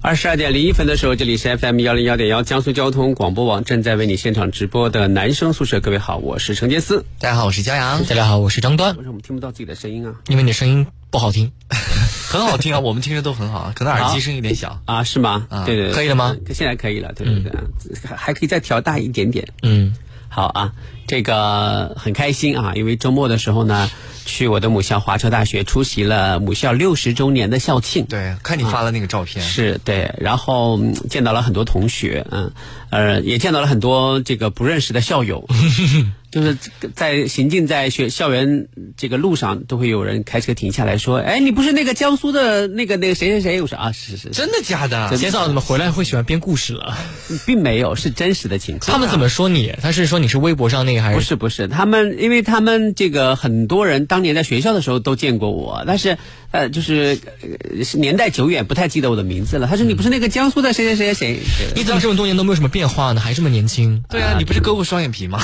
二十二点零一分的时候，这里是 FM 幺零幺点幺江苏交通广播网正在为你现场直播的男生宿舍。各位好，我是程杰思。大家好，我是骄阳。大家好，我是张端为。什么我们听不到自己的声音啊？因为你声音不好听， 很好听啊，我们听着都很好啊，可能耳好机声有点小。啊，是吗？啊对对对，可以了吗？嗯现在可以了，对对对，还还可以再调大一点点。嗯，好啊，这个很开心啊，因为周末的时候呢，去我的母校华侨大学出席了母校六十周年的校庆。对，看你发的那个嗯照片，是对，然后嗯见到了很多同学，嗯，呃，也见到了很多这个不认识的校 友，就是在行进在学校园这个路上，都会有人开车停下来说：“哎，你不是那个江苏的那个那个谁谁谁？”我说：“啊，是是是，真的假的？啊杰嫂怎么回来会喜欢编故事了？并没有，是真实的情况。”他们怎么说你？他是说你是微博上那个还不是？是不是，他们因为他们这个很多人当年在学校的时候都见过我，但是呃，就是、呃是年代久远，不太记得我的名字了。他说你不是那个江苏的谁谁谁谁？ 对你怎么这么多年都没有什么变化呢？还这么年轻？对啊，你不是割过双眼 皮吗？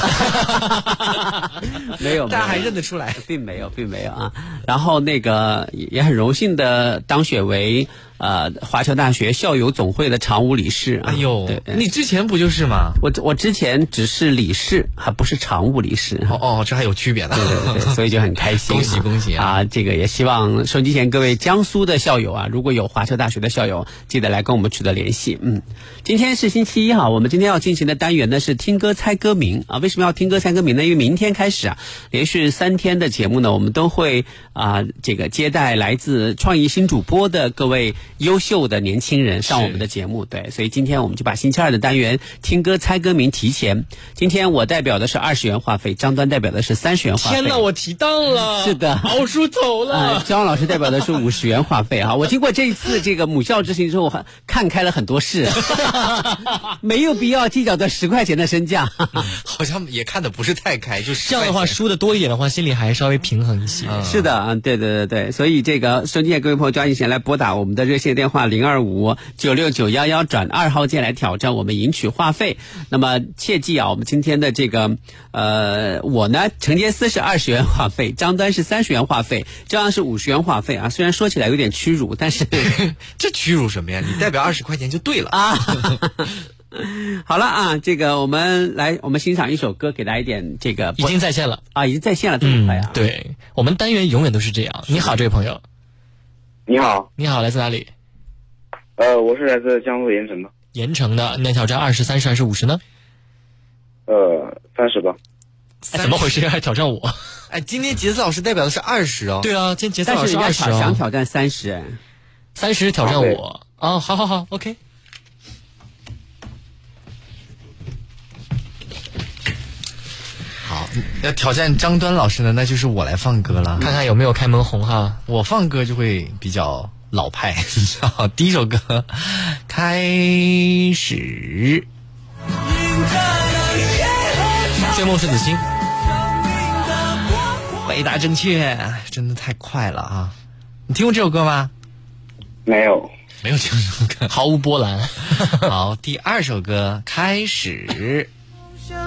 没有，大家还没有认得出 来。 并没有，并没有啊。然后那个也也很荣幸的当选为呃华侨大学校友总会的常务理事、啊。哎呦对，，你之前不就是吗？我我之前只是理事，还不是常务理事。哦哦，这还有区别呢。对 对， 所以就很开心、恭喜恭喜啊啊！这个也希望收机前各位江苏的校友啊，如果有华侨大学的校友，记得来跟我们取得联系。嗯，今天是星期一哈，我们今天要进行的单元呢是听歌猜歌名啊。为什么要听歌猜歌名呢？因为明天开始啊，连续三天的节目呢，我们都会啊这个接待来自创意新主播的各位优秀的年轻人上我们的节目。对，所以今天我们就把星期二的单元听歌猜歌名提前。今天我代表的是二十元话费，张端代表的是三十元话费。天哪，我提档了，是的熬出头 呃了，。张老师代表的是五十元话费啊！我经过这一次这个母校之行之后，我还看开了很多事，没有必要计较这十块钱的身价。 好像也看的不是太开，就是这样的话，输的多一点的话，心里还稍微平衡一些。 嗯是的啊，对对对对，所以这个收听的各位朋友抓紧时间来拨打我们的热线电话零二五九六九幺幺转二号键来挑战我们赢取话费。那么切记啊，我们今天的这个呃，我呢，陈杰斯是二十元话费，张端是三十元话费，张扬是五十元话费啊。虽然说起来有点屈辱，但是。这屈辱什么呀？你代 表二十块钱就对了啊！ 好了啊，这个我们来，我们欣赏一首歌，给大家一点这个已经在线 了。啊，已经在线了，这么嗯快啊？，对我们单元永远都是这样。你好，这位朋友，你好，你好，来自哪里？呃，我是来自江苏盐城的，盐城的，你要挑战二十三十还是五十呢？呃，三十吧，哎怎么回事？还 挑战 我？哎，今天杰子老师代表的是二十哦。对啊，今天杰斯但老是师人家二十挑想哦啊，挑战三十，三十挑战好对我啊！好好好，OK。好，要挑战张端老师呢，那就是我来放歌了。看看有没有开门红哈。我放歌就会比较老派， 你知道？第一首歌开始，追梦是子欣，回答正确，哎真的太快了啊！你听过这首 歌吗？没有，没有听过这首歌。毫无波澜。 好，第二首歌开始，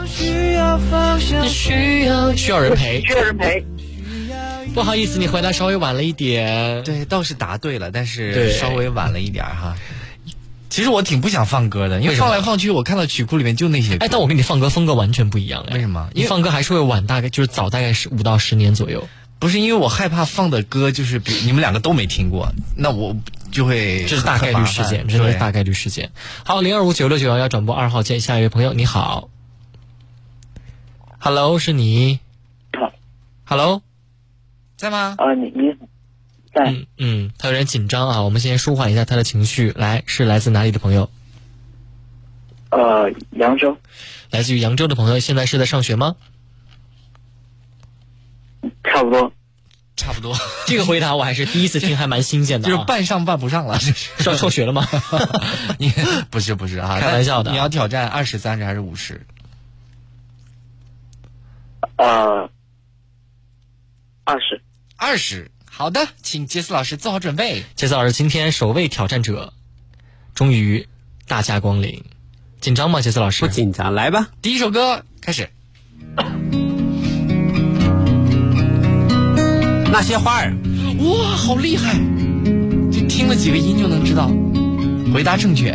需要需要人陪。有人陪，不好意思，你回答稍微晚了一点。对，倒是答对了，但是对稍微晚了一点儿哈。其实我挺不想放歌的，因为为什么放来放去，我看到曲库里面就那些歌。哎，但我跟你放歌风格完全不一样哎。为什么因你为放歌还是会晚大概就是早大概是五到十年左右。不是因为我害怕放的歌就是比你们两个都没听过，那我就会这是大概率事件，这真的是大概率事件。好，零二五九六九幺幺转播二号键，下一位朋友你好，Hello，是你好，Hello，在吗？啊、你你在、嗯嗯，他有点紧张啊，我们先舒缓一下他的情绪。来，是来自哪里的朋友？呃扬州，来自于扬州的朋友，现在是在上学吗？差不多，差不多，这个回答我还是第一次听，还蛮新鲜的、就啊。是半上半不上了，这是。 是要辍学了吗？你不是不是啊，开玩笑的你要挑战二十、三十还是五十？呃，二十，二十。好的，请杰斯老师做好准备。杰斯老师今天首位挑战者，终于大驾光临，紧张吗？杰斯老不师，紧张，来吧。第一首歌开始。那些花儿，嗯哇，好厉害！就听了几个音就能知道。回答正确。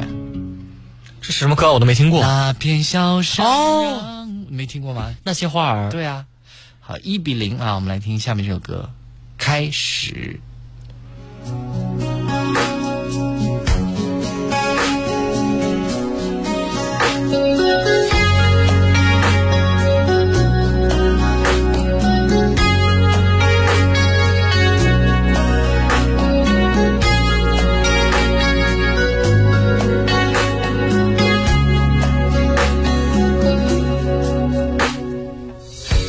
这是什么歌啊我都没听过。那片小山哦羊，没听过吗？那些花儿，对啊，好，一比零啊，我们来听下面这首歌，开始。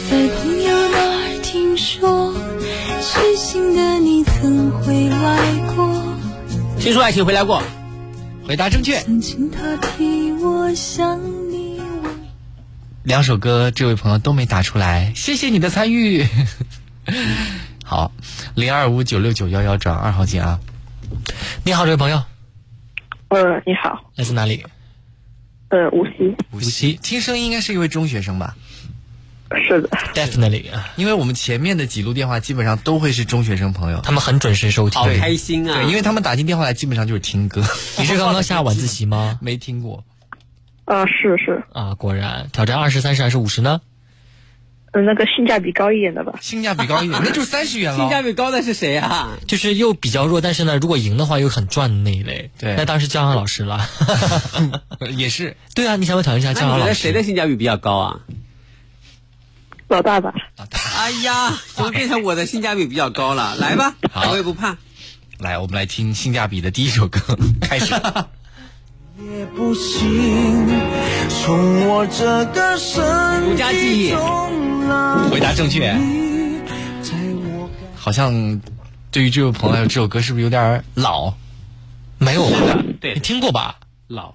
在朋友那儿听说，痴心的你曾回来过。听说爱情回来过，回答正确。曾经他替我想你，我两首歌，这位朋友都没答出来，谢谢你的参与。 好，零二五九六九幺幺转二号键啊。你好，这位朋友，呃，你好，来自哪里？呃，无锡，无锡，听声音应该是一位中学生吧？是的， Definitely，啊因为我们前面的几路电话基本上都会是中学生朋友，他们很准时收听。好开心啊！对，因为他们打进电话来基本上就是听 歌，你是刚刚下晚自习吗？没听过。啊、是是，啊，果然，挑战二十、三十还是五十呢？嗯，那个性价比高一点的吧，性价比高一点，那就是三十元性价了。比高的是谁啊？就是又比较弱，但是呢，如果赢的话又很赚的那一类。对那当时姜阳老师了。 也是，对啊，你想不想挑战一下那姜你阳觉老得师谁？的性价比比较高啊？老大吧，哎呀，怎么变成我的性价比比较高了？来吧，好我也不怕。来，我们来听性价比的第一首歌， 开始。也不行，从我这个身儒家技艺体中拉回答正确。你，在我该好像对于这位朋友，这首歌是不是有点老？没有吧？对你听过吧？老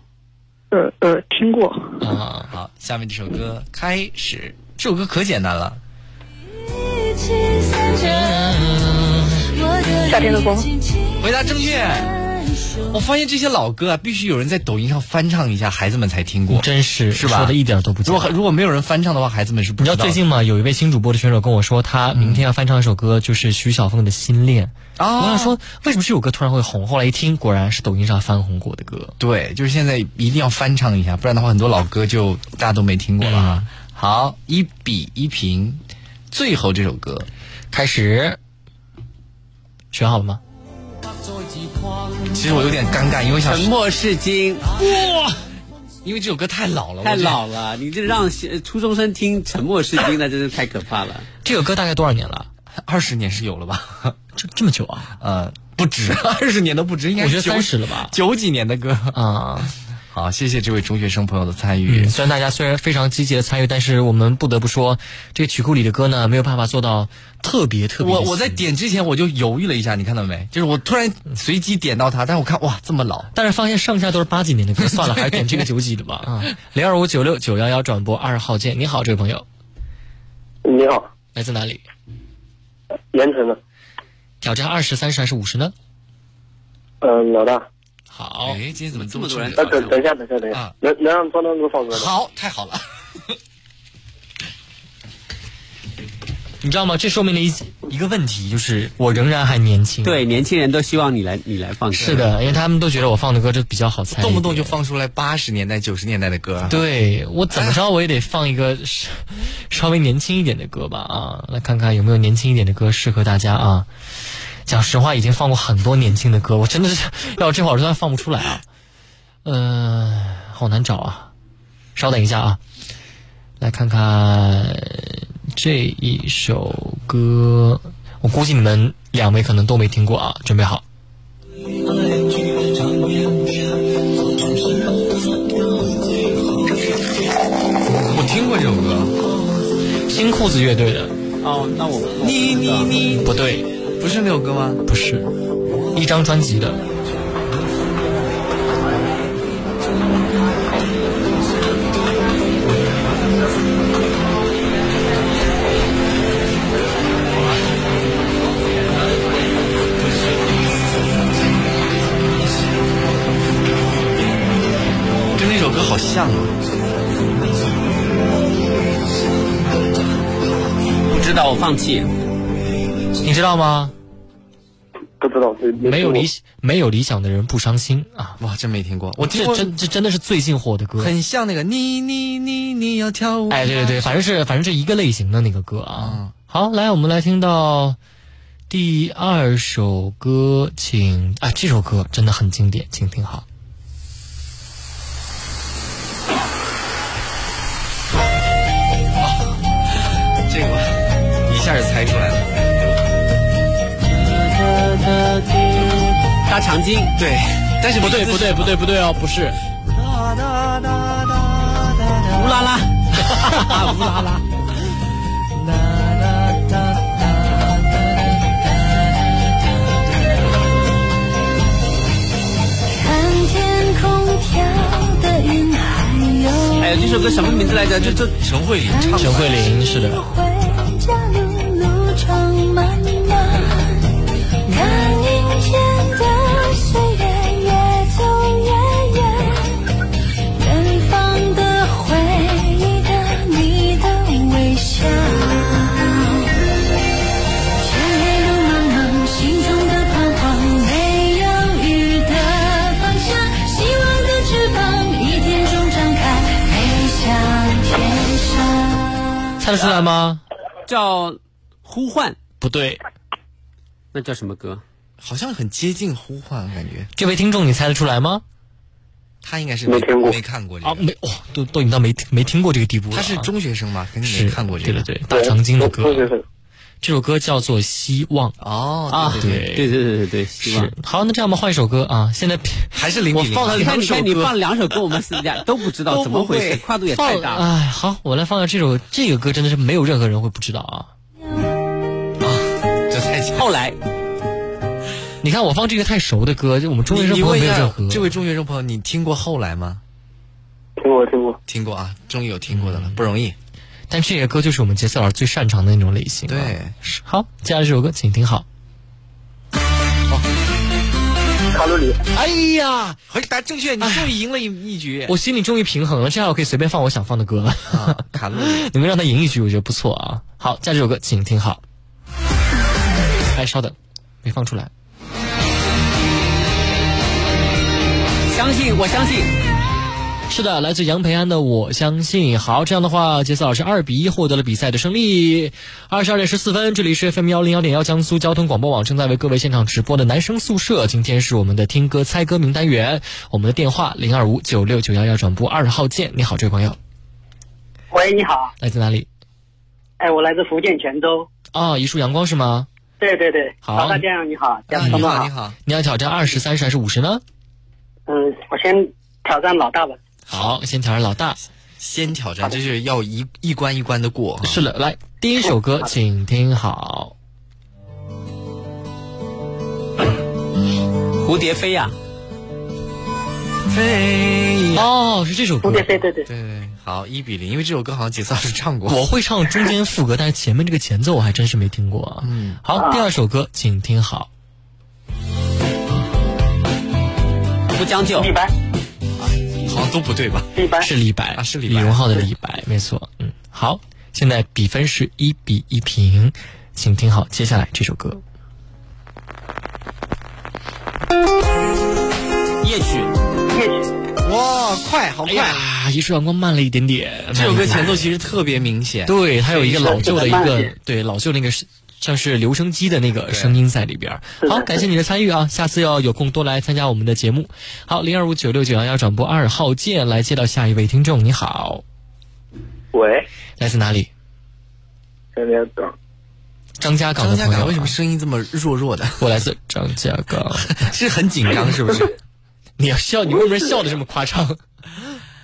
呃呃，听过，啊，好，下面这首歌开始。这首歌可简单了，一起散着，我的夏天的风眼睛回答正确。牵手我发现这些老歌啊，必须有人在抖音上翻唱一下，孩子们才听过。嗯真是是吧说的一点都不如假。果如果没有人翻唱的话，孩子们是不你知知道道的。最近嘛，有一位新主播的选手跟我说，他明天要翻唱一首歌，就是徐小凤的《心恋》。哦我想说，为什么这首歌突然会红？后来一听，果然是抖音上翻红过的歌。对，就是现在一定要翻唱一下，不然的话很多老歌就大家都没听过了啊。好，一比一平，最后这首歌开始，选好了吗？其实我有点尴尬，因为想沉默是金，因为这首歌太老了，太我觉得老了，你这让初中生听沉默是金，那真是太可怕了。这首歌大概多少年了？二十年是有了吧？ 这这么久啊？呃，不止 二十年都不止，应该我觉得是九30了吧九几年的歌。啊、好，谢谢这位中学生朋友的参与嗯，。虽然大家虽然非常积极的参与，但是我们不得不说，这个曲库里的歌呢，没有办法做到特别特别。我我在，点之前我就犹豫了一下，你看到没？就是我突然随机点到它，但是我看哇这么老，但是发现上下都是八几年的歌， 算了，还是点这个九几 的吧。啊，零二五九六九幺幺转播二号键，你好，这位朋友，你好，来自哪里？盐城的，挑战二十、三十还是五十呢？呃，老大，好，哎，今天怎么这么多人那等等一下，等一下，等一啊下，能能让庄庄哥放歌吗？好，太好了，你知道吗？这说明了一一个问题，就是我仍然还年轻。，对，年轻人都希望你来，你来放歌。是，的，因为他们都觉得我放的歌就比较好猜一点，动不动就放出来八十年代、九十年代的歌啊。对我怎么着我也得放一个稍 稍微年轻一点的歌吧啊，来看看有没有年轻一点的歌适合大家啊。讲实话，已经放过很多年轻的歌，我真的是要这会儿我真的放不出来啊。呃，好难找啊，稍等一下啊，来看看这一首歌，我估计你们两位可能都没听过啊，准备好。我听过这首歌，新裤子乐队的，哦，那我你你你，不对，不是那首歌吗？不是，一张专辑的。跟那首歌好像啊。不知道，我放弃。你知道吗？不知道，没没有听过理没有理想的人不伤心啊！哇，真没听过，我听这过，真这真的是最近火的歌。很像那个你你你你要跳舞，哎，对对对，反正是反正是一个类型的那个歌啊。嗯好，来我们来听到第二首歌，请啊，这首歌真的很经典，请听好。这个我一下就猜出来了，大长今，对，但是不对不哎对不对不对啊哦，不是乌拉拉，乌拉拉，看天空飘的云，还有哎呀，这首歌什么名字来着？这这陈慧琳唱陈慧琳是的，回家路路长漫漫，看阴天的岁月越走越远，远方的回忆的你的微笑。前面路茫茫，心中的彷徨，没有雨的方向，希望的翅膀一天中张开，飞向天上。猜得出来吗？叫呼唤，不对，那叫什么歌？好像很接近呼唤，感觉这位听众你猜得出来吗？他应该是没听过没看过这啊，个，没哇、都都已经到没没听过这个地步了啊。他是中学生吗？肯定是没看过这个，对对对，大长今的歌对，对对这首歌叫做《希望》。哦啊，对对对对对对对，希望是。好，那这样吧，换一首歌啊。现在还是零我比零，放了你看，你看，你两首歌放两首歌，我们私下都不知道都怎么回不事，会跨度也放太大了。哎，好，我来放下这首这个歌，真的是没有任何人会不知道啊。这太强。后来，你看我放这个太熟的歌，就我们中学生你朋友问没一有这下首歌。这位中学生朋友，你听过后来吗？听过听过，听过啊，终于有听过的了，嗯不容易。但这个歌就是我们杰斯老师最擅长的那种类型、啊。对，是，好，接下来这首歌，请听好。卡路里，哎呀，回答正确，你终于赢了一一局。我心里终于平衡了，这下我可以随便放我想放的歌了。 啊，卡路里，能够让他赢一局，我觉得不错啊。好，接下来这首歌，请听 好。哎，稍等，没放出来。相信我相信，是的，来自杨培安的《我相信》。好，这样的话，杰斯老师二比一获得了比赛的胜利。二十二点十四分，这里是 FM 幺零幺点幺江苏交通广播网正在为各位现场直播的男生宿舍。今天是我们的听歌猜歌名单元，我们的电话零二五九六九幺幺转播二号键。你好，这位朋友，喂，你好，来自哪里？哎，我来自福建泉州。啊、一束阳光是吗？对对对，好老大家你好，家啊人你们好，你。好，你要挑战二十、三十还是五十呢？嗯，我先挑战老大吧。好，先挑战老大。先挑战，这是要一一关一关 的过啊。是的，来第一首歌，请听好。蝴蝶飞呀、飞呀。哦，是这首歌。对对对对，对对，好，一比零，因为这首歌好像解散老师唱过。我会唱中间副歌，但是前面这个前奏我还真是没听过啊。嗯，好，第二首歌，请听好。不将就李，白，好像都不对吧？李白，是李白啊是李李白荣浩的李白，没错。嗯，好，现在比分是一比一平，请听好接下来这首歌。夜曲夜曲，哇，快，好哎快！呀，一束阳光慢了一点点。 这首慢歌了一点前奏其实特别明显。对，它有一个老旧的一慢了一个点对老旧那个是像是留声机的那个声音在里边儿。是的好，感谢你的参与啊，下次要有空多来参加我们的节目。好，零二五九六九幺幺转播二号键来接到下一位听众，你好，喂，来自哪里？这边等，张家港张的家朋友港啊，为什么声音这么弱弱的？ 我来自张家港。是很紧张是不是？ 你要笑，你为什么笑的这么夸张？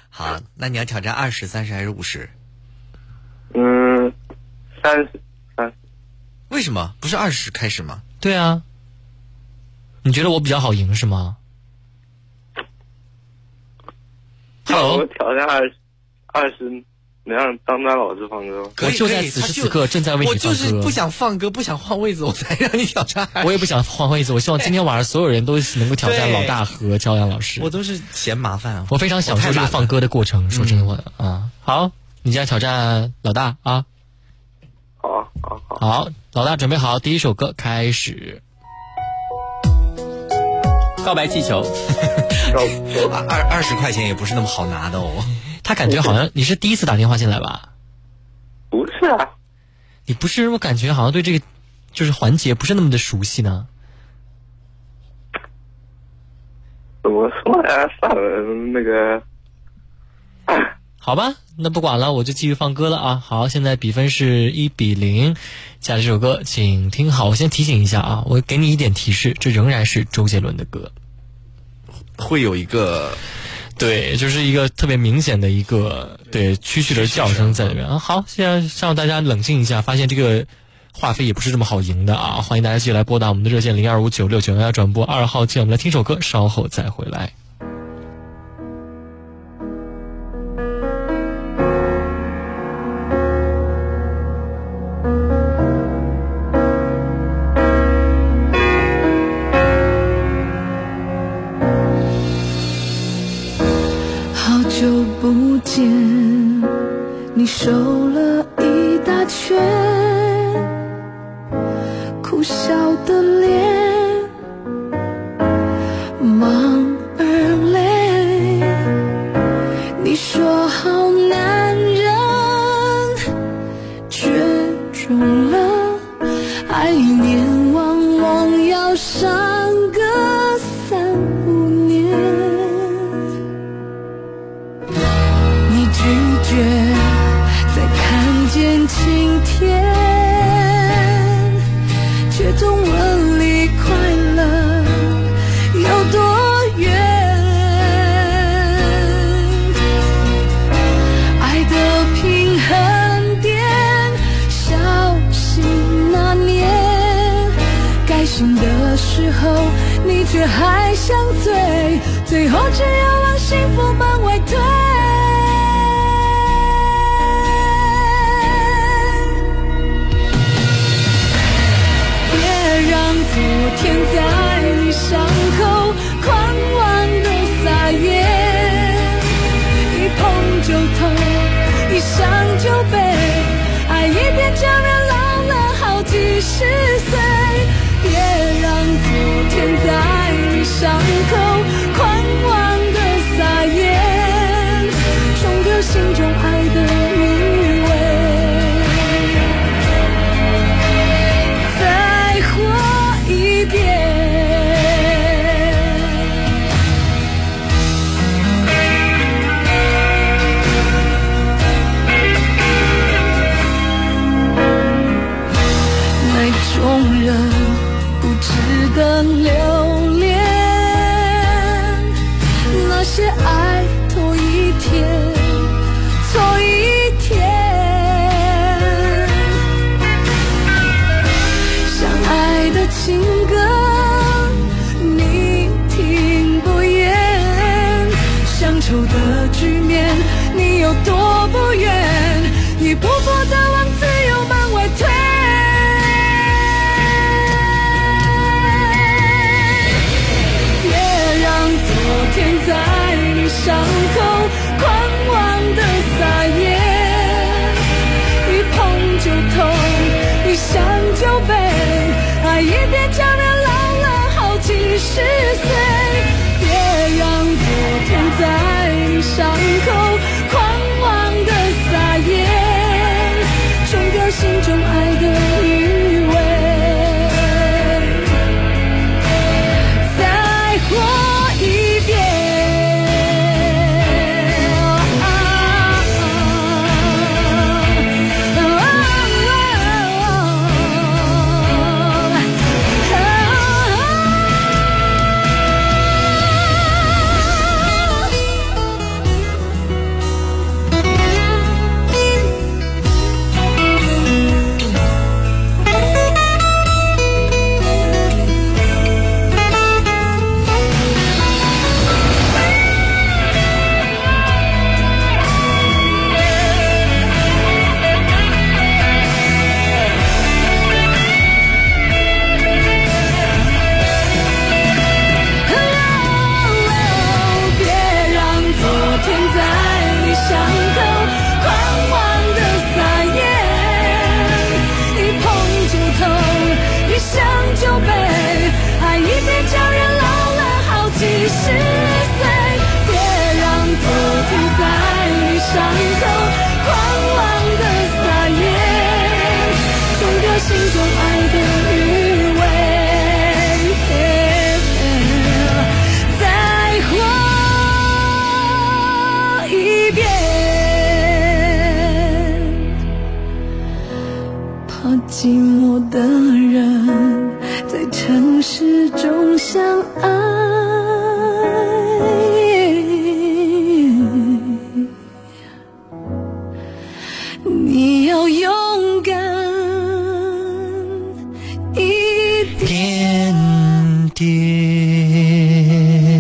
好，那你要挑战二十、三十还是五十？嗯，三十三，为什么不是二十开始吗？对啊，你觉得我比较好赢是吗我？Hello，挑战二十，二十，能让当当老师放歌吗？我就在此时此刻正在为你我就放是歌不想放歌，不想换位子，我才让你挑战。我也不想换换意思，我希望今天晚上所有人都能够挑战对老大和朝阳老师。我都是嫌麻烦啊。我非常享受这个放歌的过程，说真的我啊，好，你现在挑战老大啊，好啊，好啊好啊，好，老大准备好，第一首歌开始。告白气球，二二二十块钱也不是那么好拿的 哦。他感觉好像你是第一次打电话进来吧？不是啊，你不是我感觉好像对这个就是环节不是那么的熟悉呢？怎么说呀、算了，那个，好吧，那不管了，我就继续放歌了啊。好，现在比分是一比零，下这首歌请听好。我先提醒一下啊，我给你一点提示，这仍然是周杰伦的歌。会有一个 对，就是一个特别明显的一个对蛐蛐的叫声在里面啊。好，现在让大家冷静一下，发现这个话费也不是这么好赢的啊。欢迎大家继续来拨打我们的热线零二五九六九幺幺转播二号键，我们来听首歌，稍后再回来。好久不见，你瘦了一大圈，苦笑的脸，忙而累。你说好男人绝种了，爱一年往往要上个三五年。你拒绝再看见晴天，却总问离快乐有多远。爱的平衡点，小心那年，该醒的时候，你却还想醉，最后只有往幸福门外推。别让昨天在你伤口狂妄的撒野，一碰就痛，一伤就悲，爱一遍就让老了好几十岁。别让昨天在你伤口狂妄的撒野，冲掉心中爱的迷味。再活一点。那种人不值得留恋，那些爱头一天错一天。相爱的情歌，你听不厌；乡愁的局面，你有多不愿？一步步的往自由门外推。别让昨天在你伤口狂妄的撒野，一碰就痛，一想就悲，爱一遍就让老了好几十岁。别让昨天在你伤口狂妄的撒野，冲掉心中爱的余味。再活一遍。始终相爱。你要勇敢一点点。点。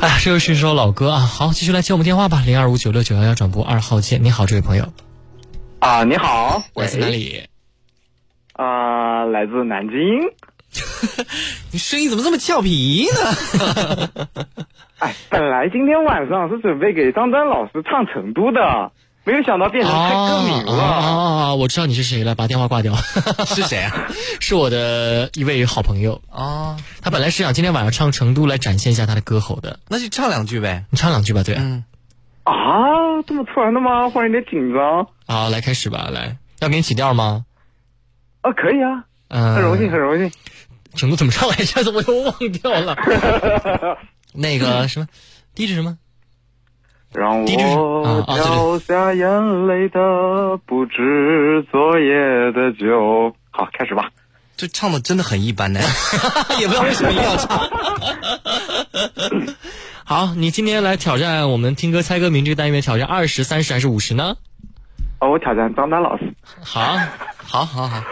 哎呀，这又是一首老歌啊！好，继续来接我们电话吧，零二五九六九幺幺转播二号键。你好，这位朋友，啊，你好，哎来自哪？里？啊、来自南京。你声音怎么这么俏皮呢？哎，本来今天晚上是准备给张丹老师唱成都的，没有想到变成猜歌名了。哦，我知道你是谁了，把电话挂掉。 是谁啊？是我的一位好朋友，哦，他本来是想今天晚上唱成都来展现一下他的歌喉的。那就唱两句呗。你唱两句吧，对。嗯，啊，这么突然的吗？忽然有点紧张。好，来开始吧，来，要给你起调吗？啊，可以啊，嗯、很荣幸，很荣幸。成都怎么唱来 着？我又忘掉了。那个什么，第一句什么？让第一句是啊我啊对对掉下眼泪的不止昨夜的酒。好，开始吧。就唱的真的很一 般呢，也不知道为什么一定要唱。好，你今天来挑战我们听歌猜歌名这个单元，挑战二十、三十还是五十呢？啊，我挑战张丹老师。好，好好好，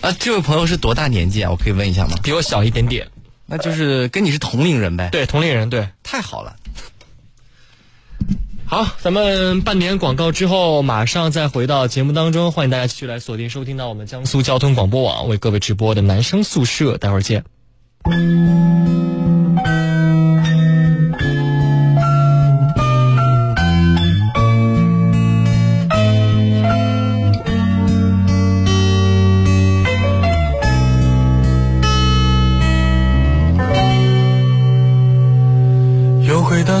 啊，这位朋友是多大年纪啊？我可以问一下吗？比我小一点点。那就是跟你是同龄人呗。，对，同龄人，对。太好了。好，咱们半点广告之后，马上再回到节目当中，欢迎大家继续来锁定收听到我们江苏交通广播网为各位直播的男生宿舍，待会儿见。又回到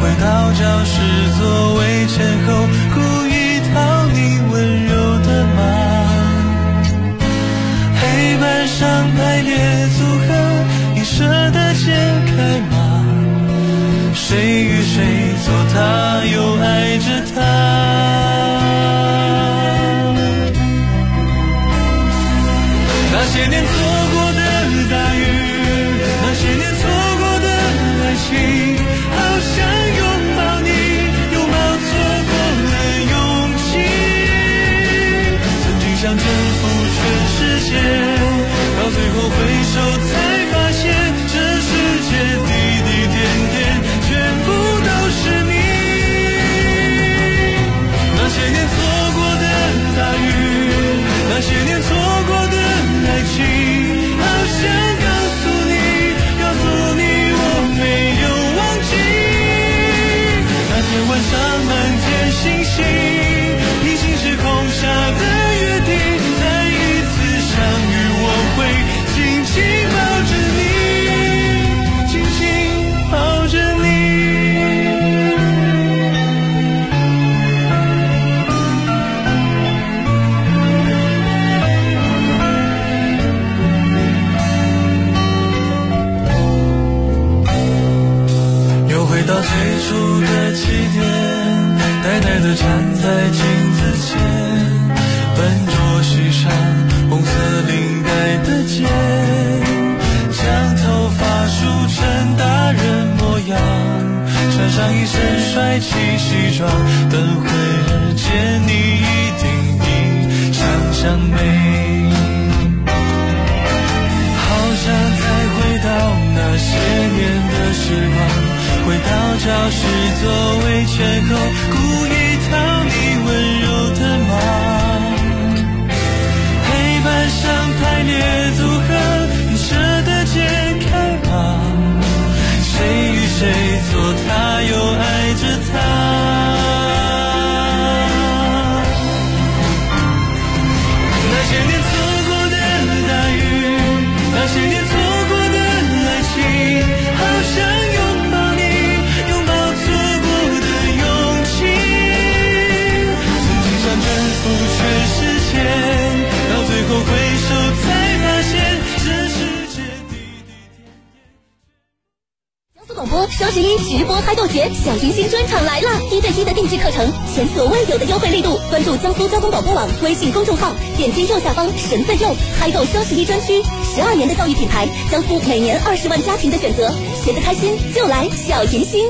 回到教室座位前后，故意讨你温柔的骂。黑板上排列组合，你舍得解开吗？谁与谁做他，又爱着他。那些年错过的大雨，那些年错过的爱情，好想拥抱你，拥抱错过的勇气。曾经想征服全世界，到最后回首才发现，这世界滴滴点点全部都是你。那些年错过的大雨，那些年错过的爱情，好想告诉你，告诉你我没有忘记。那天晚上满天星星，平行时空下的约定，再一次相遇，我会紧紧抱着你，紧紧抱着你。又回到最初的起点，呆呆地站在镜子前，笨拙系上红色领带的结，将头发梳成大人模样，穿上一身帅气西装，等会儿见你一定比想象美。双十一直播猜购节，小行星专场来了！一对一的定制课程，前所未有的优惠力度。关注江苏交通广播网微信公众号，点击右下方“神最右”，猜购双十一专区。十二年的教育品牌，江苏每年二十万家庭的选择，学得开心就来小行星。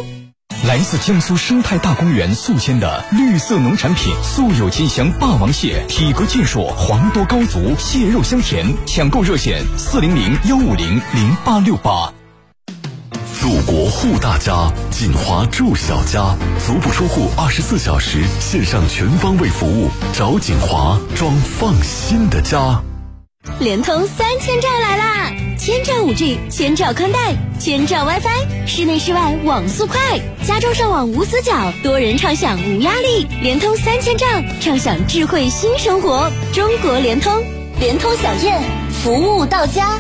来自江苏生态大公园宿迁的绿色农产品，素有吉祥霸王蟹，体格健硕，黄多高足，蟹肉香甜。抢购热线：四零零幺五零零八六八。祖国护大家，锦华住小家，足不出户，二十四小时线上全方位服务，找锦华装放心的家。联通三千兆来啦！千兆 5G，千兆宽带，千兆 WiFi，室内室外网速快，家中上网无死角，多人畅享无压力。联通三千兆，畅享智慧新生活。中国联通，联通小燕，服务到家。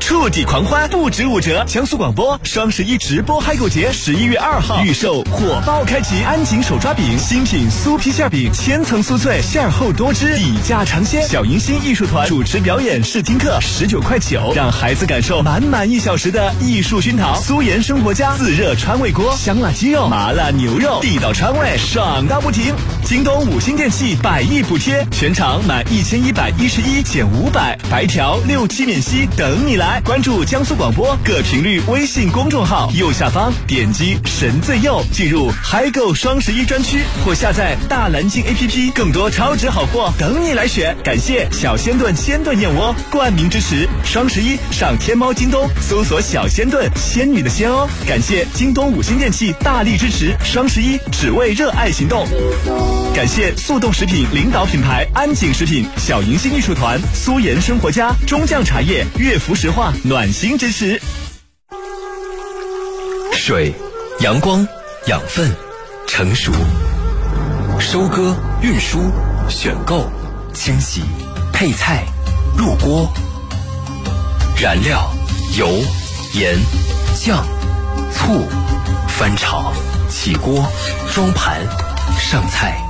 触底狂欢不止五折，江苏广播双十一直播嗨购节，十一月二号预售火爆开启安井手抓饼，新品酥皮馅儿饼，千层酥脆，馅儿厚多汁，底价尝鲜。小迎新艺术团主持表演试听课，十九块九，让孩子感受满满一小时的艺术熏陶。苏盐生活家自热川味锅，香辣鸡肉、麻辣牛肉，地道川味，爽到不停。京东五星电器百亿补贴，全场满一千一百一十一减五百，白条六七免息，等你来。关注江苏广播各频率微信公众号，右下方点击“神最右”，进入嗨购双十一专区，或下载大蓝鲸 APP，更多超值好货等你来选。感谢小鲜炖鲜炖燕窝冠名支持。双十一上天猫、京东搜索“小鲜炖”，仙女的仙哦。感谢京东五星电器大力支持。双十一只为热爱行动。感谢速冻食品领导品牌安井食品、小银星艺术团、苏盐生活家、中酱茶叶、乐福石化暖心支持。水、阳光、养分、成熟、收割、运输、选购、清洗、配菜、入锅、燃料、油、盐、酱、醋、翻炒、起锅、装盘、上菜。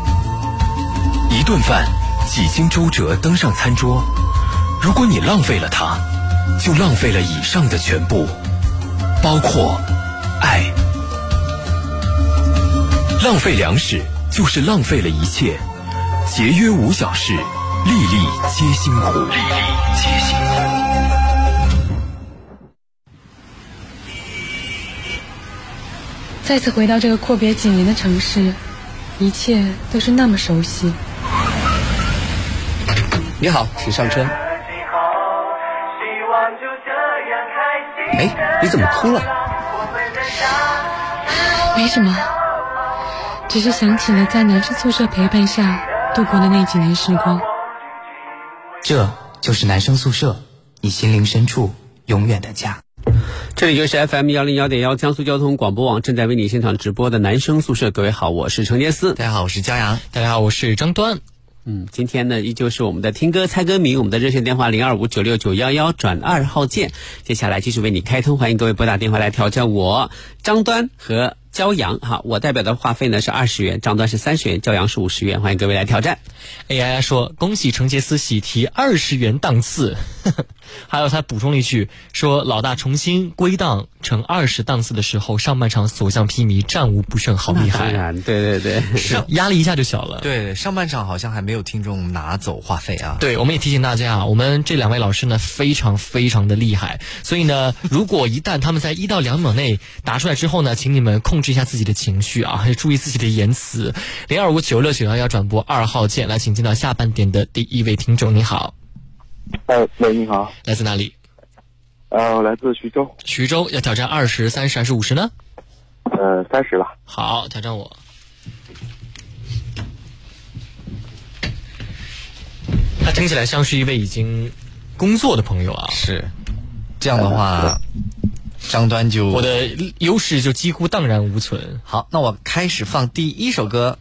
一顿饭几经周折登上餐桌，如果你浪费了它，就浪费了以上的全部，包括爱。浪费粮食就是浪费了一切，节约无小事，粒粒皆辛苦。粒粒皆辛苦。再次回到这个阔别几年的城市，一切都是那么熟悉。你好，请上车。哎，你怎么哭了？没什么，只是想起了在男生宿舍陪伴下度过的那几年时光。这就是男生宿舍，你心灵深处永远的家。这里就是 FM 幺零幺点幺江苏交通广播网正在为你现场直播的男生宿舍。各位好，我是程杰思。大家好，我是佳阳。大家好，我是张端。嗯，今天呢依旧是我们的听歌猜歌名，我们的热线电话零二五九六九幺幺转二号键。接下来继续为你开通，欢迎各位拨打电话来调教我张端和骄阳哈。我代表的话费呢是二十元，张端是三十元，骄阳是五十元，欢迎各位来挑战。哎呀呀说，恭喜程杰斯喜提二十元档次， 还有他补充了一句说，老大重新归档成二十档次的时候，上半场所向披靡，战无不胜，好厉那当害！然对对对，是压力一下就小了。对，上半场好像还没有听众拿走话费啊。对，我们也提醒大家啊，我们这两位老师呢非常非常的厉害，所以呢，如果一旦他们在一到两秒内答出来之后呢，请你们控制一下自己的情绪啊，注意自己的言辞。零二五九六九幺幺转播二号键，来，请进到下半点的第一位听众，你好，哎，喂，你好，来自哪里？呃，我来自徐州，徐州要挑战二十、三十还是五十呢？呃，三十吧。好，挑战我。他听起来像是一位已经工作的朋友啊。是，这样的话，张端就我的优势就几乎荡然无存。好，那我开始放第一首歌。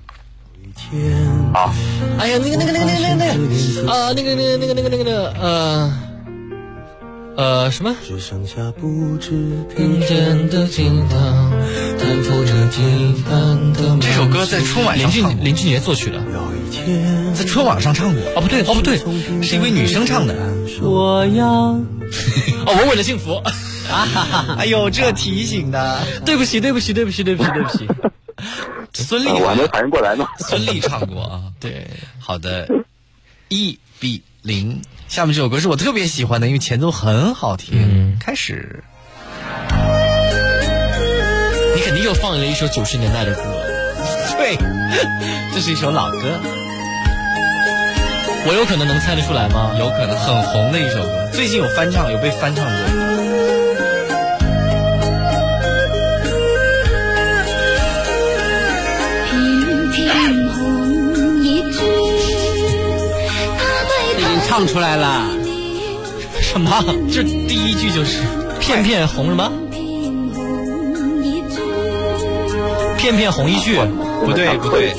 好，哎呀，那个、那个、那个、那个、那个、那个，呃，那个、那个、那个、那个、那个、那个，呃，呃，什么？只剩下不知疲倦的叮当，弹奏着平淡的这首歌在春晚林上唱俊过，林俊杰作曲的。在春晚上唱过。哦，不对，哦不对， 是一位女生唱的。我要哦，稳稳的幸福。 哎呦，这提醒的，对不起，对不起，对不起，对不起，对不起。 孙呃俪，我还没反应过来呢。孙俪唱过啊，对，好的，E B 零。下面这首歌是我特别喜欢的，因为前奏很好嗯听。开始，你肯定又放了一首九十年代的歌，对，这是一首老歌，我有可能能猜得出来吗？有可能很红的一首歌，最近有翻唱，有被翻唱过。片片红叶珠，它已对经它唱出来了。什么？这第一句就是片片红什么？红叶珠，片片红一句，不对不对，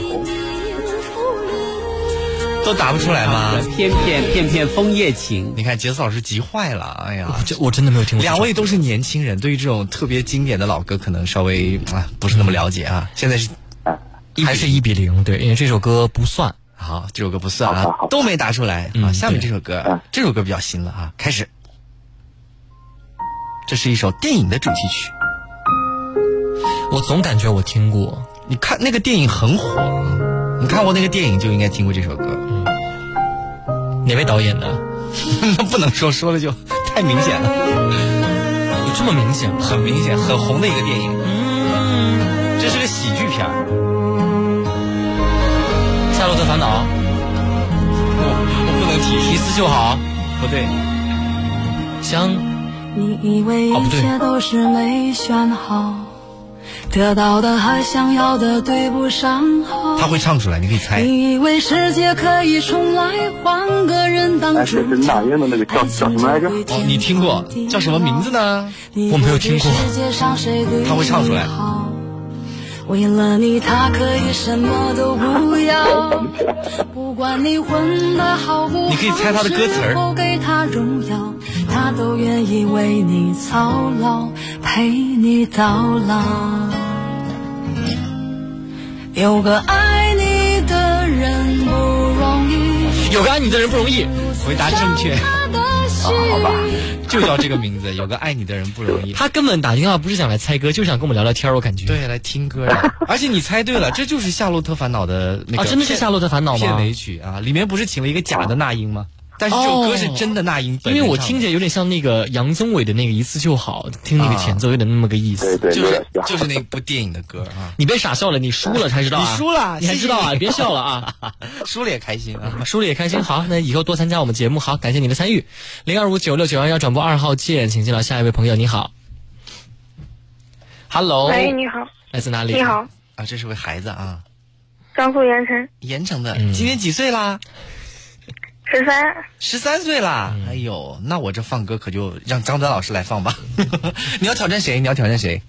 都答不出来吗？片片片片枫叶情，你看杰斯老师急坏了，哎呀，这我真的没有听过这首歌。两位都是年轻人，对于这种特别经典的老歌，可能稍微啊不是那么了解啊。现在是还是一比零？对，因为这首歌不算。好，这首歌不算啊，都没答出来啊。嗯下面对这首歌，这首歌比较新了啊，开始。这是一首电影的主题曲，我总感觉我听过，你看那个电影很火，嗯你看过那个电影就应该听过这首歌。 哪位导演的？啊那不能说，说了就太明显了，有这么明显吗？很明显，很红的一个电影。这是个喜剧片儿。 《夏洛特烦恼》我不能提一次就好。不对，香，你以为哦不一对切都是没选好，得到的和想要的对不上号。他会唱出来，你可以猜。你以为世界可以重来，换个人当哎，主这是那英的那个叫叫什么来着？哦，你听过叫什么名字呢？你世界上谁对他会唱出来你好。为了你，他可以什么都不要， 不管你混的好不好，你可以猜他的歌词儿是否给他荣耀，他都愿意为你操劳，陪你到老。有个爱你的人不容易，有个啊爱你的人不容易。回答正确，哦他的心。就叫这个名字。有个爱你的人不容易。他根本打电话不是想来猜歌，就想跟我们聊聊天儿，我感觉。 啊对，来听歌呀。 而且你猜对了，这就是《夏洛特烦恼》的那个啊，真的是《夏洛特烦恼》片吗？尾曲啊，里面不是请了一个假的那英吗？但是这首歌是真的那英因本人唱为的，我听着有点像那个杨宗纬的那个《一次就好》，听那个前奏有点那么个意思。就是就是那部电影的歌啊。你别傻笑了，你输了才知道、啊。你输了你还谢谢知道啊？你别笑了啊！输了也开心啊。输了也开心。好，那以后多参加我们节目。好，感谢你的参与。零二五九六九幺幺转播二号键，请进来下一位朋友。你好，Hello，喂，你好，来自哦哪里？你好， 啊，这是位孩子啊，江苏盐城，盐城的，今年几岁啦？十三，十三岁啦！哎呦，那我这放歌可就让张丹老师来放吧。 你要挑战谁？你要挑战谁？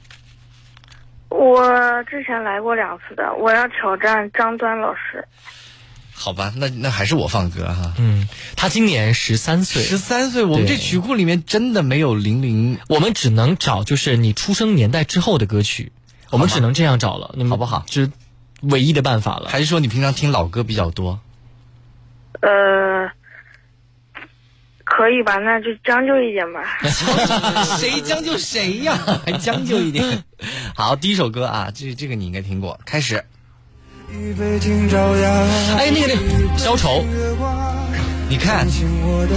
我之前来过两次的，我要挑战张端老师。好吧，那那还是我放歌啊哈、嗯，他今年十三岁，十三岁，我们这对曲库里面真的没有零零，我们只能找就是你出生年代之后的歌曲，我们只能这样找了，你们好不好？这是唯一的办法了。还是说你平常听老歌比 较多？呃，可以吧？那就将就一点吧。谁将就谁呀、 还将就一点。好，第一首歌啊，这这个你应该听过，开始。北京朝阳，哎，那个那个消愁，你看，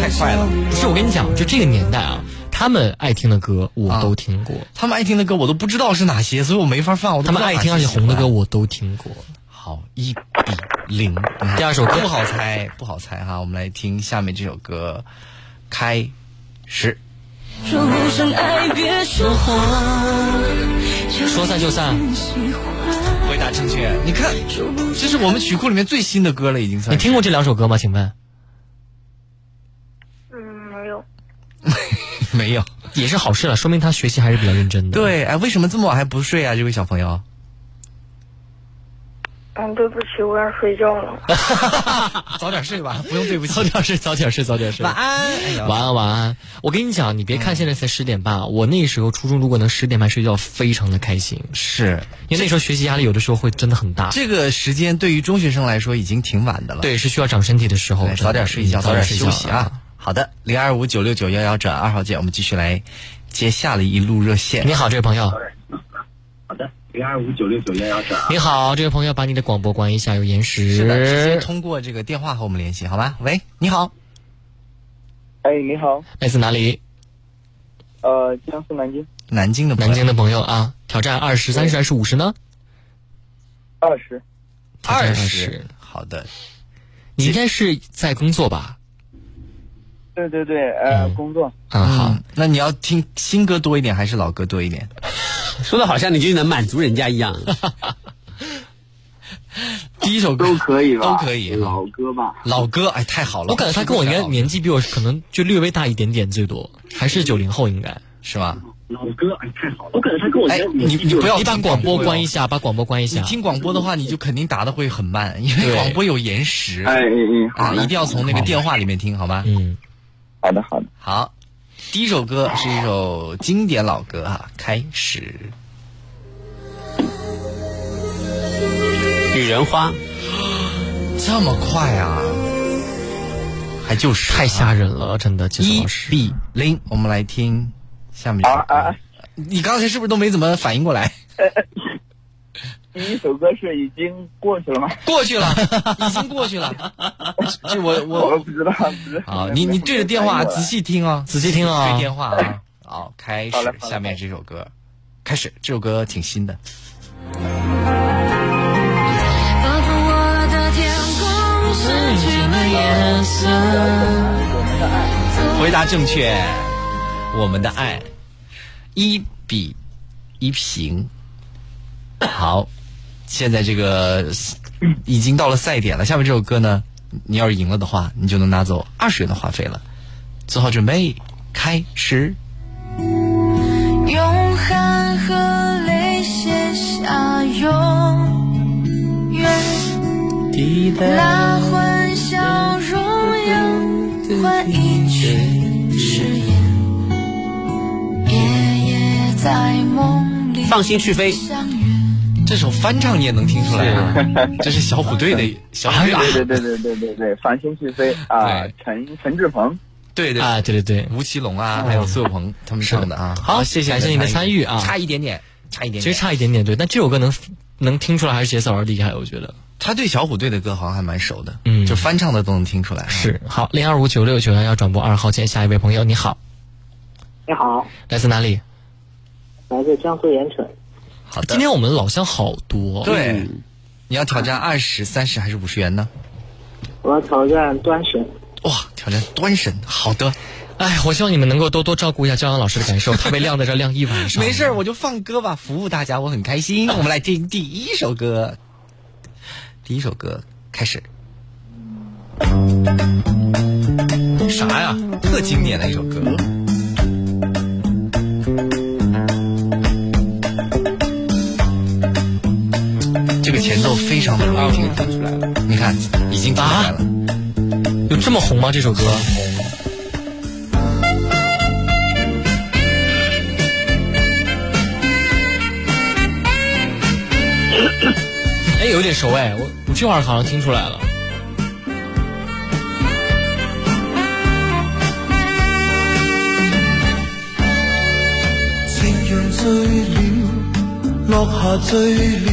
太快了。 不是我跟你讲，就这个年代啊，他们爱听的歌我都听过，他们爱听的歌我都不知道是哪些，所以我没法放。我都他们啊不知爱道听哪而些且红的喜歌欢我都听过。好，一比零。第二首歌不好猜，不好猜哈。我们来听下面这首歌，开始。说不上爱，别说谎，说散就散。回答正确，你看，这是我们曲库里面最新的歌了，已经你算是。听过这两首歌吗？请问嗯，没有，没有？也是好事了，说明他学习还是比较认真的。对，哎，为什么这么晚还不睡啊，这位小朋友？嗯，对不起，我要睡觉了。早点睡吧， 不用对不早起。点睡，早点睡，早点睡。晚安，哎呀晚安，晚安。我跟你讲，你别看现在才十点半，我那时候初中如果能十点半睡觉，非常的开心，是因为那时候学习压力有的时候会真的很大。这个时间对于中学生来说已经挺晚的了。对，是需要长身体的时候对，，真的早点睡觉，嗯早早点点休休息息啊啊。好的，零二五九六九幺幺转二号键，我们继续来接下了一路热线。你好，这位朋友。零二五九六九幺幺转。你好，这位朋友，把你的广播关一下，有延时。是的，直接通过这个电话和我们联系，好吧？喂，你好，哎，你好，来自哪里？呃，江苏南京南京的南京的朋友啊，挑战二十、三十还是五十呢？二十，挑战20。好的，你应该是在工作吧？对对对，呃，工作啊，好，嗯那你要听新歌多一点还是老歌多一点？说的好像你就能满足人家一样。第一首歌都可以吧？都可以老歌吧？老歌，哎，太好了！我感觉他跟我应该年纪比我可能就略微大一点点，最多还是九零后应该是吧？老歌，哎，太好了！我感觉他跟我哎，你你不要你把听广播哟关一下，把广播关一你下。听广播的话，你就肯定打的会很慢，因为对广播有延时。哎嗯嗯啊，好的一定要从那个电话里面听，好吧？嗯，好的好的。好，第一首歌是一首经典老歌啊，开始。女人花，这么快啊！还就是啊太吓人了，真的。一 B 零，我们来听下面。啊啊！你刚才是不是都没怎么反应过来？第一首歌是已经过去了吗？过去 了，已经过去了。这我我我不知道，不知道。啊，你你对着电话仔细听啊，仔细听啊对电话啊。好，开好嘞始好嘞下面这首歌，开始这首歌挺新的。仿佛我的天空失去了颜色。回答正确，我们的爱一比一平。好，现在这个已经到了赛点了。下面这首歌呢，你要是赢了的话，你就能拿走二十元的话费了。做好准备，开始。用汗和泪写下永远，滴那欢笑荣耀换一句誓言，夜夜在梦里放心去飞相遇。这首翻唱你也能听出来、啊， 这是小虎队的小虎队啊的、对对对对对对对，繁星去飞啊对，陈陈志朋，对对啊，对对对。吴奇隆啊，还有苏有朋他们唱的啊。好谢谢感谢你的参与啊差一点点，差一点点。其实差一点点，对，但这首歌能能听出来，还是杰森老师厉害，我觉得他对小虎队的歌好像还蛮熟的，嗯就翻唱的都能听出来。啊是。好，零二五九六九幺幺转播二号线，下一位朋友，你好，你好，来自哪里？来自江苏盐城。好的，今天我们老乡好多，对，你要挑战二十三十还是五十元呢？我要挑战端神。哇，挑战端神，好的，哎，我希望你们能够多多照顾一下张扬老师的感受，他被晾在这儿晾一晚上。没事儿，我就放歌吧，服务大家，我很开 心。我们来听第一首歌，第一首歌开始。啥呀？特经典的一首歌。这个前奏非常的容易听，啊听出来了，啊你看已经听出来了。嗯有这么红吗？这首歌？哎，有点熟哎，我我这会儿好像听出来了。夕阳醉了，落霞醉了，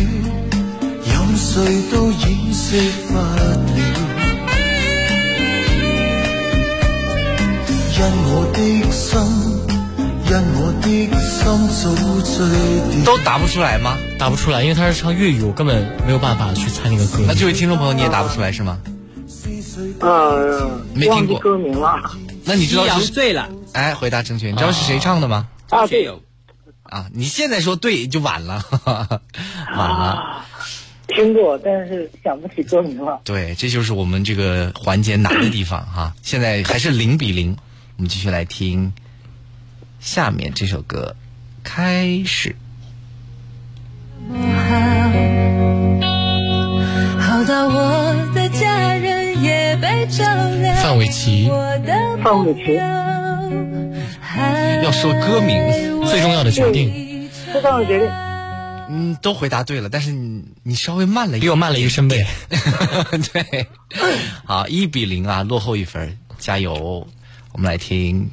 任谁都掩饰不了。因我的心，因我的心早醉掉。都答不出来吗？打不出来，因为他是唱粤语，我根本没有办法去猜那个歌。那这位听众朋友你也答不出来是吗？呃，没忘听记过。歌名了。那你知道夕阳是醉了，哎，回答正确，你知道是谁唱的吗？啊，确对，有啊，你现在说对就晚了，晚了。听过，但是想不起歌名了。对，这就是我们这个环节难的地方哈、现在还是零比零，我们继续来听下面这首歌，开始。好到我的家人也被照亮。范玮琪我的范玮琪，要说歌名，最重要的决定，这范玮琪，嗯，都回答对了，但是你你稍微慢了一比我慢了一个身位。 对，好，一比零啊，落后一分，加油！我们来听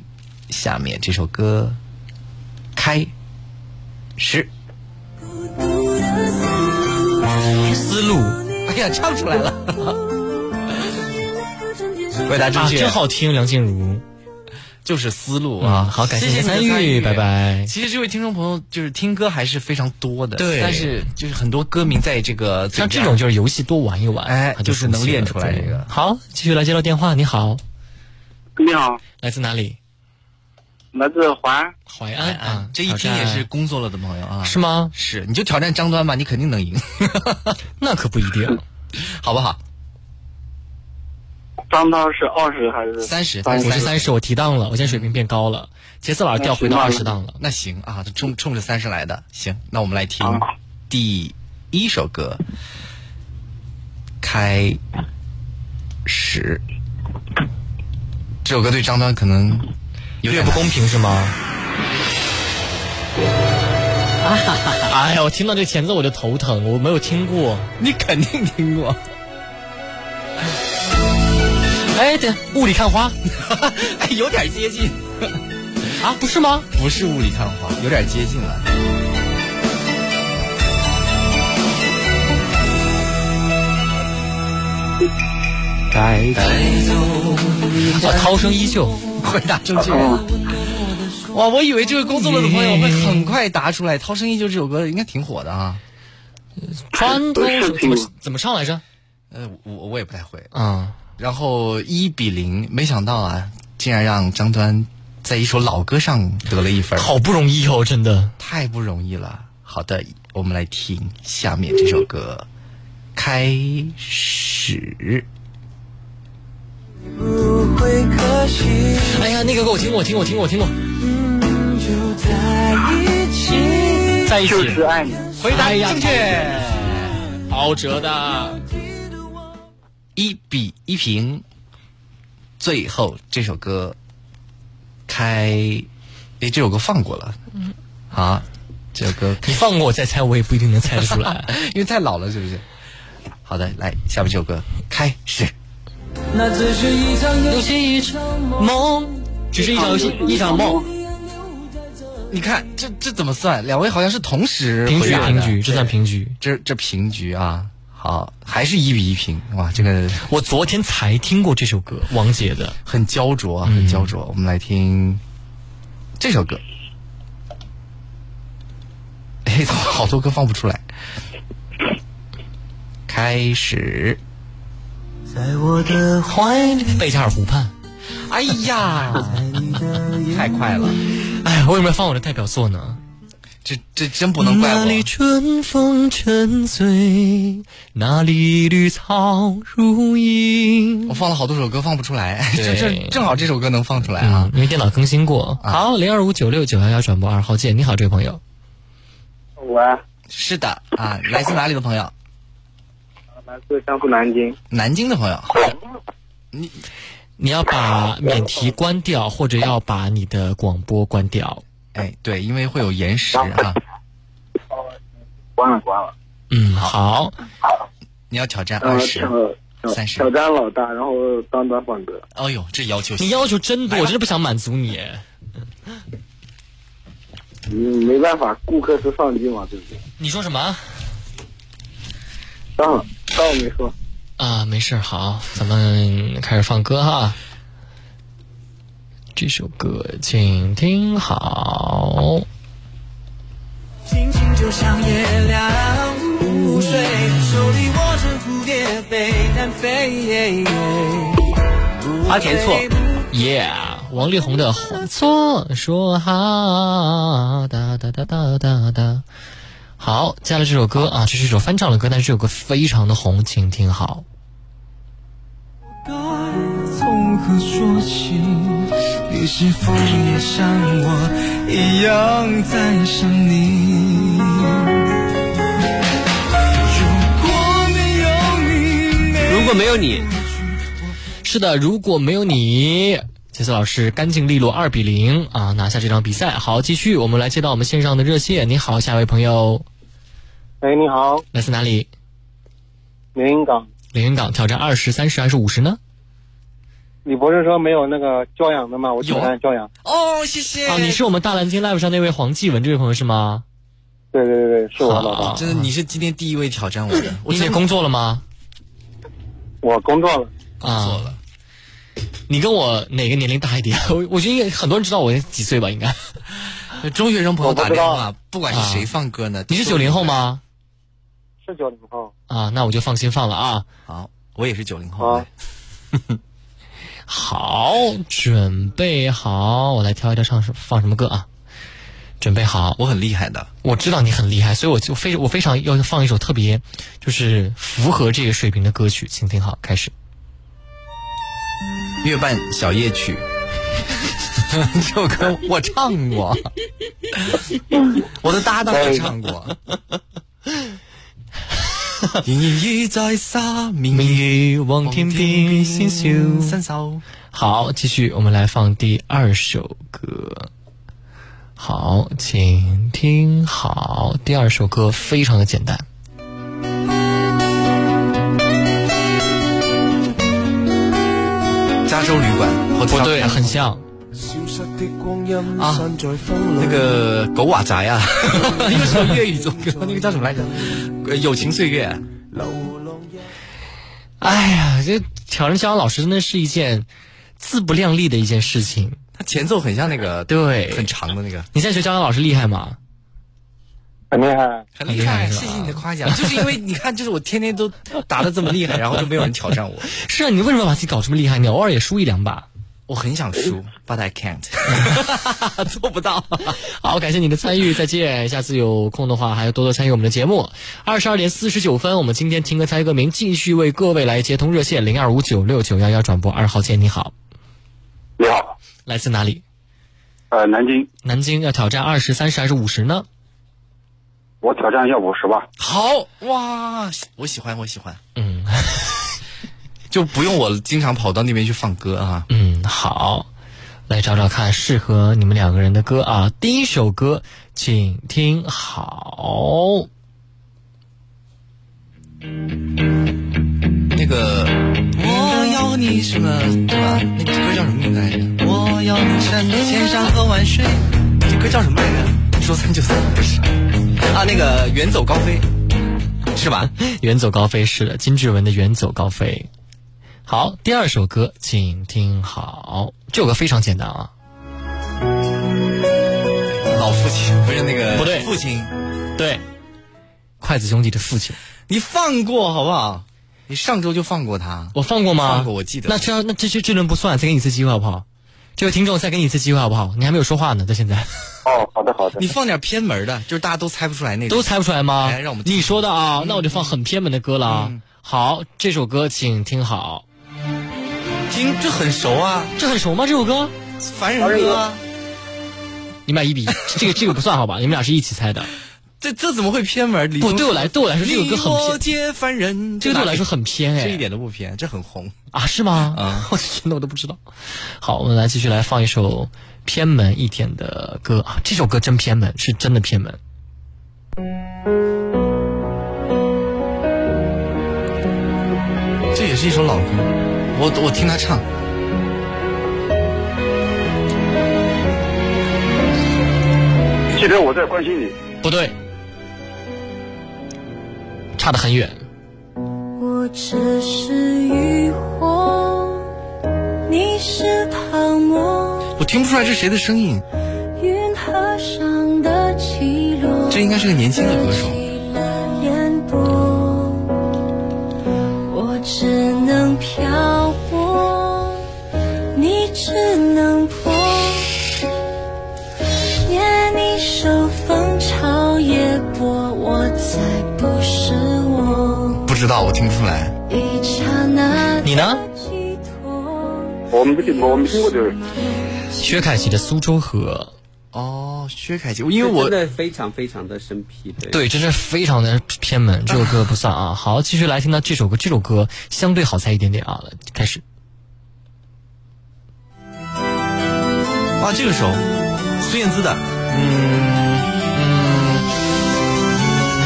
下面这首歌，开始。思路，哎呀，唱出 来了。回答正啊，确，真好听，梁静茹。就是思路啊。嗯好感谢谢您您的参与拜拜。其实这位听众朋友就是听歌还是非常多的，哎对但是就是很多歌名在这个像这种就是游戏多玩一玩，哎就熟是悉能练了出来对这个好，继续来接到电话，你好，你好，来自哪里？来自淮安。淮安啊，这一嗯挑听战也是工作了的朋友啊，是吗？是，你就挑战张端吧，你肯定能赢， 那可不一定，好不好？张涛是二十还是我是三十，我提档了，我现在水平变高了，杰斯老师调回到二十档了。那行啊，冲冲着三十来的，行，那我们来听第一首歌，开始。这首歌对张端可能有点不公平，是吗？哎呀，我听到这个前奏我就头疼，我没有听过， 你肯定听过。哎，对，雾里看花，哎，有点接近。啊，不是吗？不是雾里看花，有点接近了。 带走。啊，涛声依旧，回答正确。哇，我以为这位工作了的朋友会很快答出来，《涛声依旧》这首歌应该挺火的啊。哎穿透是怎挺么怎么唱来着？呃，我我也不太会。嗯，然后一比零，没想到啊，竟然让张端在一首老歌上得了一分，好不容易哦，真的。太不容易了。好的，我们来听下面这首歌，开始。会可惜。哎呀，那个歌我听过，我听过，我听过，我听过。就在一起，在一起就是爱你。回哎答正确，陶喆的。一比一平。最后这首歌开，诶，这首歌放过了，啊，这首歌你放过我再猜，我也不一定能猜得出 来。 因为太老了，是不是？好的，来，下面这首歌开始。那只是一场游戏，一场梦，只是一场游戏，一场梦。你看这这怎么算？两位好像是同时平回局，答的平局，，这算平局。这这平局啊，好，还是一比一平哇！这个我昨天才听过这首歌，王杰的，很焦灼啊，嗯很焦灼。我们来听这首歌。 哎，怎么好多歌放不出来？开始。在我的怀里，贝加尔湖畔。哎呀，太快了！哎，我有没有放我的代表作呢？这这真不能怪那我里春风沉醉，那里绿草如茵。我放了好多首歌放不出来，对这这正好这首歌能放出来啊。嗯，因为电脑更新过。好，零二五九六九幺幺转播二号键，你好，这位朋友，我是的啊，来自哪里的朋友？来自江苏南京。南京的朋友。你要把免提关掉，或者要把你的广播关掉。哎，对，因为会有延时啊。关了关了。嗯，好，你要挑战然二后十呃挑、挑30挑战老大，然后当短板哥。哎呦，这要求你要求真多，我真的不想满足你。嗯，没办法，顾客是上帝嘛，对不对？你说什么？当当我没说。啊，没事儿，好，咱们开始放歌哈。这首歌，请听好。心情就像夜凉如水，手里握着蝴蝶被单飞。花田错， Yeah，王力宏的《红错说好》哒哒哒哒哒哒。好，接下来这首歌啊，这是一首翻唱的歌，但是这首歌非常的红，请听好。从何说起？你是否也像我一样在想你？如果没有你，如果没有你，是的，如果没有你，杰斯老师干净利落，二比零啊，拿下这场比赛。好，继续，我们来接到我们线上的热线。你好，下一位朋友哎，你好，来自哪里？连云港。连云港挑战二十三十还是五十呢？你不是说没有那个教养的吗？我挑战教养。哦，谢谢。啊，你是我们大蓝鲸 live 上那位黄继文这位朋友是吗？对对对对，是我老大。真的，你是今天第一位挑战我的。你也工作了吗？我工作了。工作了。你跟我哪个年龄大一点？ 我我觉得应该很多人知道我几岁吧，应 该。中学生朋友打电话，不管是谁啊放歌呢，你是九零后吗？是九零后。啊，那我就放心放了啊。好，我也是九零后。好，准备好，我来挑一挑唱什放什么歌啊？准备好，我很厉害的，我知道你很厉害，所以我就非我非常要放一首特别就是符合这个水平的歌曲，请听好，开始。 《月半小夜曲》 这首歌我唱过，我的搭档也唱过。仍然倚在沙面，明月望天边，纤笑伸手。好，继续，我们来放第二首歌。好，请听好，第二首歌非常的简单。加州旅馆，哦不对，很像。啊，那个狗瓦宅啊， 又是粤语歌，那个叫什么来着？呃友情岁月。哎呀，这挑战肖央老师真的是一件自不量力的一件事情。它前奏很像那个，对，很长的那个。你现在觉得肖央老师厉害吗？很厉害，很厉害是吧谢谢你的夸奖。 就是因为你看，就是我天天都打的这么厉害，然后就没有人挑 战我。是啊，你为什么把自己搞这么厉害？你偶尔也输一两把。我很想输，but I can't。 做不到。 好，感谢你的参与，再见。下次有空的话，还要多多参与我们的节目。二十二点四十九分，我们今天听歌猜歌名，继续为各位来接通热线零二五九六九幺幺转播二号线。你好，你好，来自哪里？呃，南京，南京要挑战二十三十还是五十呢？我挑战一下五十吧。好哇，我喜欢，我喜欢。嗯， 就不用我经常跑到那边去放歌啊。嗯，好，来找找看适合你们两个人的歌啊。第一首歌，请听好。那个，我要你什么，对吧？那歌叫什么名字来着？我要你山千山和万水。这歌叫什么来着？说三就三，不是啊？那个远走高飞，是吧？远走高飞是的，金志文的《远走高飞》。好，第二首歌，请听好，这首歌非常简单啊。老父亲不是那个不对父亲，对，筷子兄弟的父亲，你放过好不好？你上周就放过他，我放过吗？放过，我记得。那这样，那这这这轮不算，再给你一次机会好不好？这位听众，再给你一次机会好不好？你还没有说话呢，到现在哦，好的好的。你放点偏门的，就是大家都猜不出来那种。都猜不出来吗？哎让我们嗯你说的啊，那我就放很偏门的歌了啊。好，这首歌请听好，听这很熟啊，这很熟吗？这首歌凡人歌啊，你们俩一比一，这个这个不算好吧？你们俩是一起 猜的。这这怎么会偏门？李不宗对我来对我来说这首歌很你偏我皆凡人，这个对我来说很偏哎这一点都嗯不偏，这很红。啊，是吗？啊， 我真的我都不知道。好，我们来继续来放一首偏门一点的歌啊，这首歌真偏门，是真的偏门。这也是一首老歌，我我听他唱。记得我在关心你。不对，差得很远。我只是渔火，你是泡沫，我听不出来这是谁的声音，云河上的起落。这应该是个年轻的歌手。烟波，我只能漂泊，你只能破。念你手风潮也波，我才不是我。不知道，我听不出来。一刹那，你呢？我们不听，我们听过这个。薛凯琪的《苏州河哦，薛凯琪，》，因为我真的非常非常的生僻。对对，真是非常的偏门，这首歌不算 啊。好，继续来听到这首歌，这首歌相对好猜一点点啊。开始，啊，这个熟，孙燕姿的，嗯嗯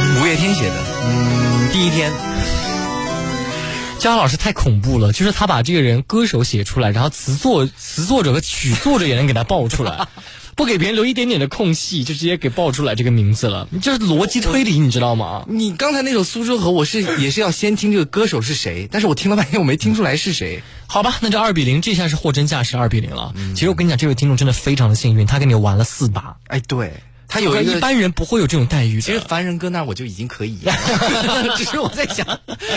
嗯，五月天写的，嗯，第一天，张老师太恐怖了，就是他把这个人歌手写出来，然后词作词作者和曲作者也能给他爆出来，不给别人留一点点的空隙，就直接给爆出来这个名字了。这是逻辑推理，你知道吗？你刚才那首《苏州河》，我是也是要先听这个歌手是谁，但是我听了半天我没听出来是谁。好吧，那这二比零，这下是货真价实二比零了。嗯其实我跟你讲，这位听众真的非常的幸运，他跟你玩了四把。哎，对。他有一个一般人不会有这种待遇。其 实凡人哥那儿我就已经可以了，只是我在想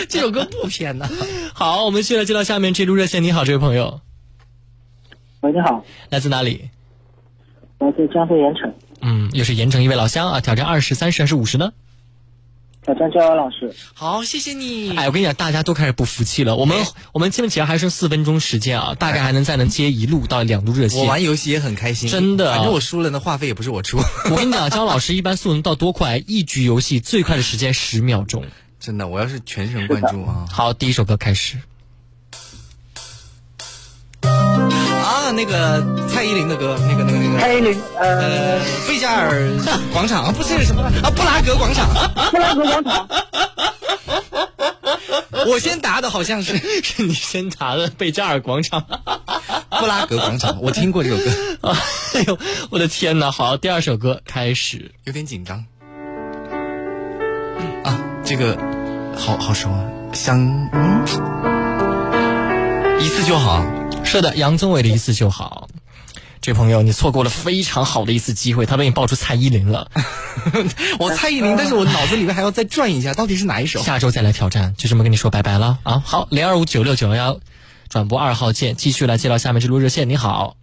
这首歌不偏呐。好，我们现在接到下面这路热线。你好，这位朋友。喂，你好。来自哪里？来自江苏盐城。嗯，又是盐城一位老乡啊，挑战二十三十还是五十呢？挑战逍遥老师。好，谢谢你。哎，我跟你讲，大家都开始不服气了。我们我们基本起来还剩四分钟时间啊，大概还能再能接一路到两路热线。我玩游戏也很开心，真的。反正我输了，那话费也不是我出。 我跟你讲，张老师一般速能到多快？一局游戏最快的时间十秒钟。真的，我要是全神贯注啊。好，第一首歌开始。啊，那个蔡依林的歌，那个那个那个。蔡依林，呃，贝加尔广场啊，不是什么啊，布拉格广场。布拉格广场。我先答的好像是 是你先答的贝加尔广场， 布拉格广场，我听过这首歌。 哎呦，我的天哪！好，第二首歌开始，有点紧张啊，这个好好熟啊，想、嗯、一次就好。 是的，杨宗纬的一次就好。这朋友，你错过了非常好的一次机会，他被你爆出蔡依林了。我蔡依林，但是我脑子里面还要再转一下，到底是哪一首？下周再来挑战，就这么跟你说拜拜了啊！好，零二五九六九幺幺，转播二号键，继续来接到下面这路热线。你好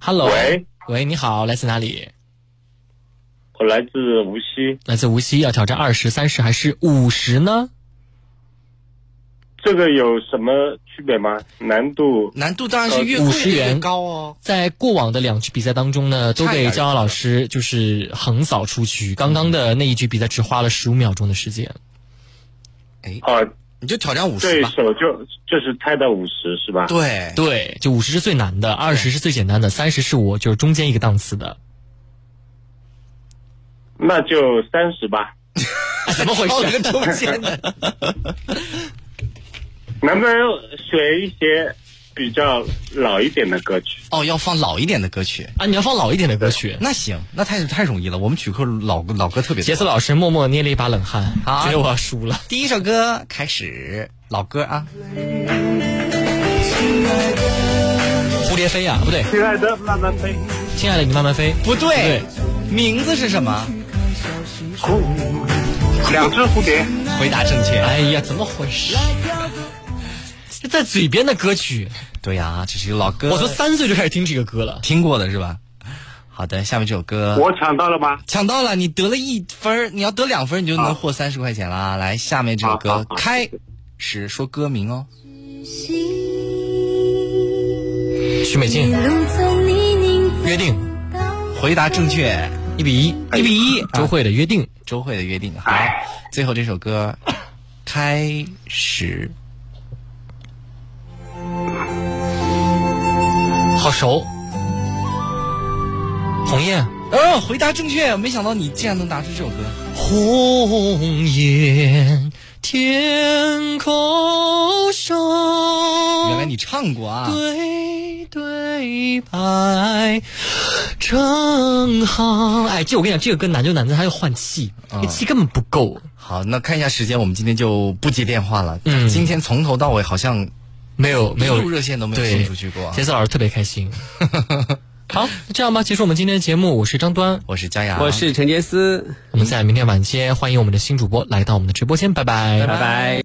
，Hello，喂，喂，你好，来自哪里？我来自无锡，来自无锡，要挑战二十、三十还是五十呢？这个有什么区别吗？难度难度当然是越呃五十元高哦。在过往的两局比赛当中呢，都被张老师就是横扫出局。刚刚的那一局比赛只花了十五秒钟的时间。哎，啊、呃，你就挑战五十吧。对手就就是猜到五十是吧？对 对，就五十是最难的，二十是最简单的，三十是我就是中间一个档次的。那就三十吧。怎么回事？一个中间的。能不能选一些比较老一点的歌曲？哦，要放老一点的歌曲啊！你要放老一点的歌曲，那行，那太太容易了。我们曲库老老歌特别多。杰斯老师默默捏了一把冷汗，好觉得我要输了。第一首歌开始，老歌啊。蝴蝶飞呀、啊，不对。亲爱的，慢慢飞。亲爱的，你慢慢飞。不对，名字是什么？两只蝴蝶。回答正确。哎呀，怎么回事？在嘴边的歌曲，对呀、啊，这是一个老歌。我从三岁就开始听这个歌了，听过的是吧？好的，下面这首歌我抢到了吗？抢到了，你得了一分你要得两分，你就能获三十块钱啦。啊、来，下面这首歌、啊、开始说歌名哦。许美静，约定，哎回答正确，一比一、哎，一比一。周慧的约定，周慧的约定。好，哎最后这 首歌开始。好熟，红叶。哦，回答正确，没想到你竟然能答出这首歌。红叶天空上，原来你唱过啊。对对白正好。哎，这我跟你讲，这个歌难就难在它要换气，啊嗯、气根本不够。好，那看一下时间，我们今天就不接电话了。嗯，今天从头到尾好像。没有没有热线都没有送出去过、啊，杰斯老师特别开 心。好，这样吧，结束我们今天的节目。我是张端，我是佳雅，我是陈杰斯。我们在明天晚间欢迎我们的新主播来到我们的直播间，拜拜，拜拜。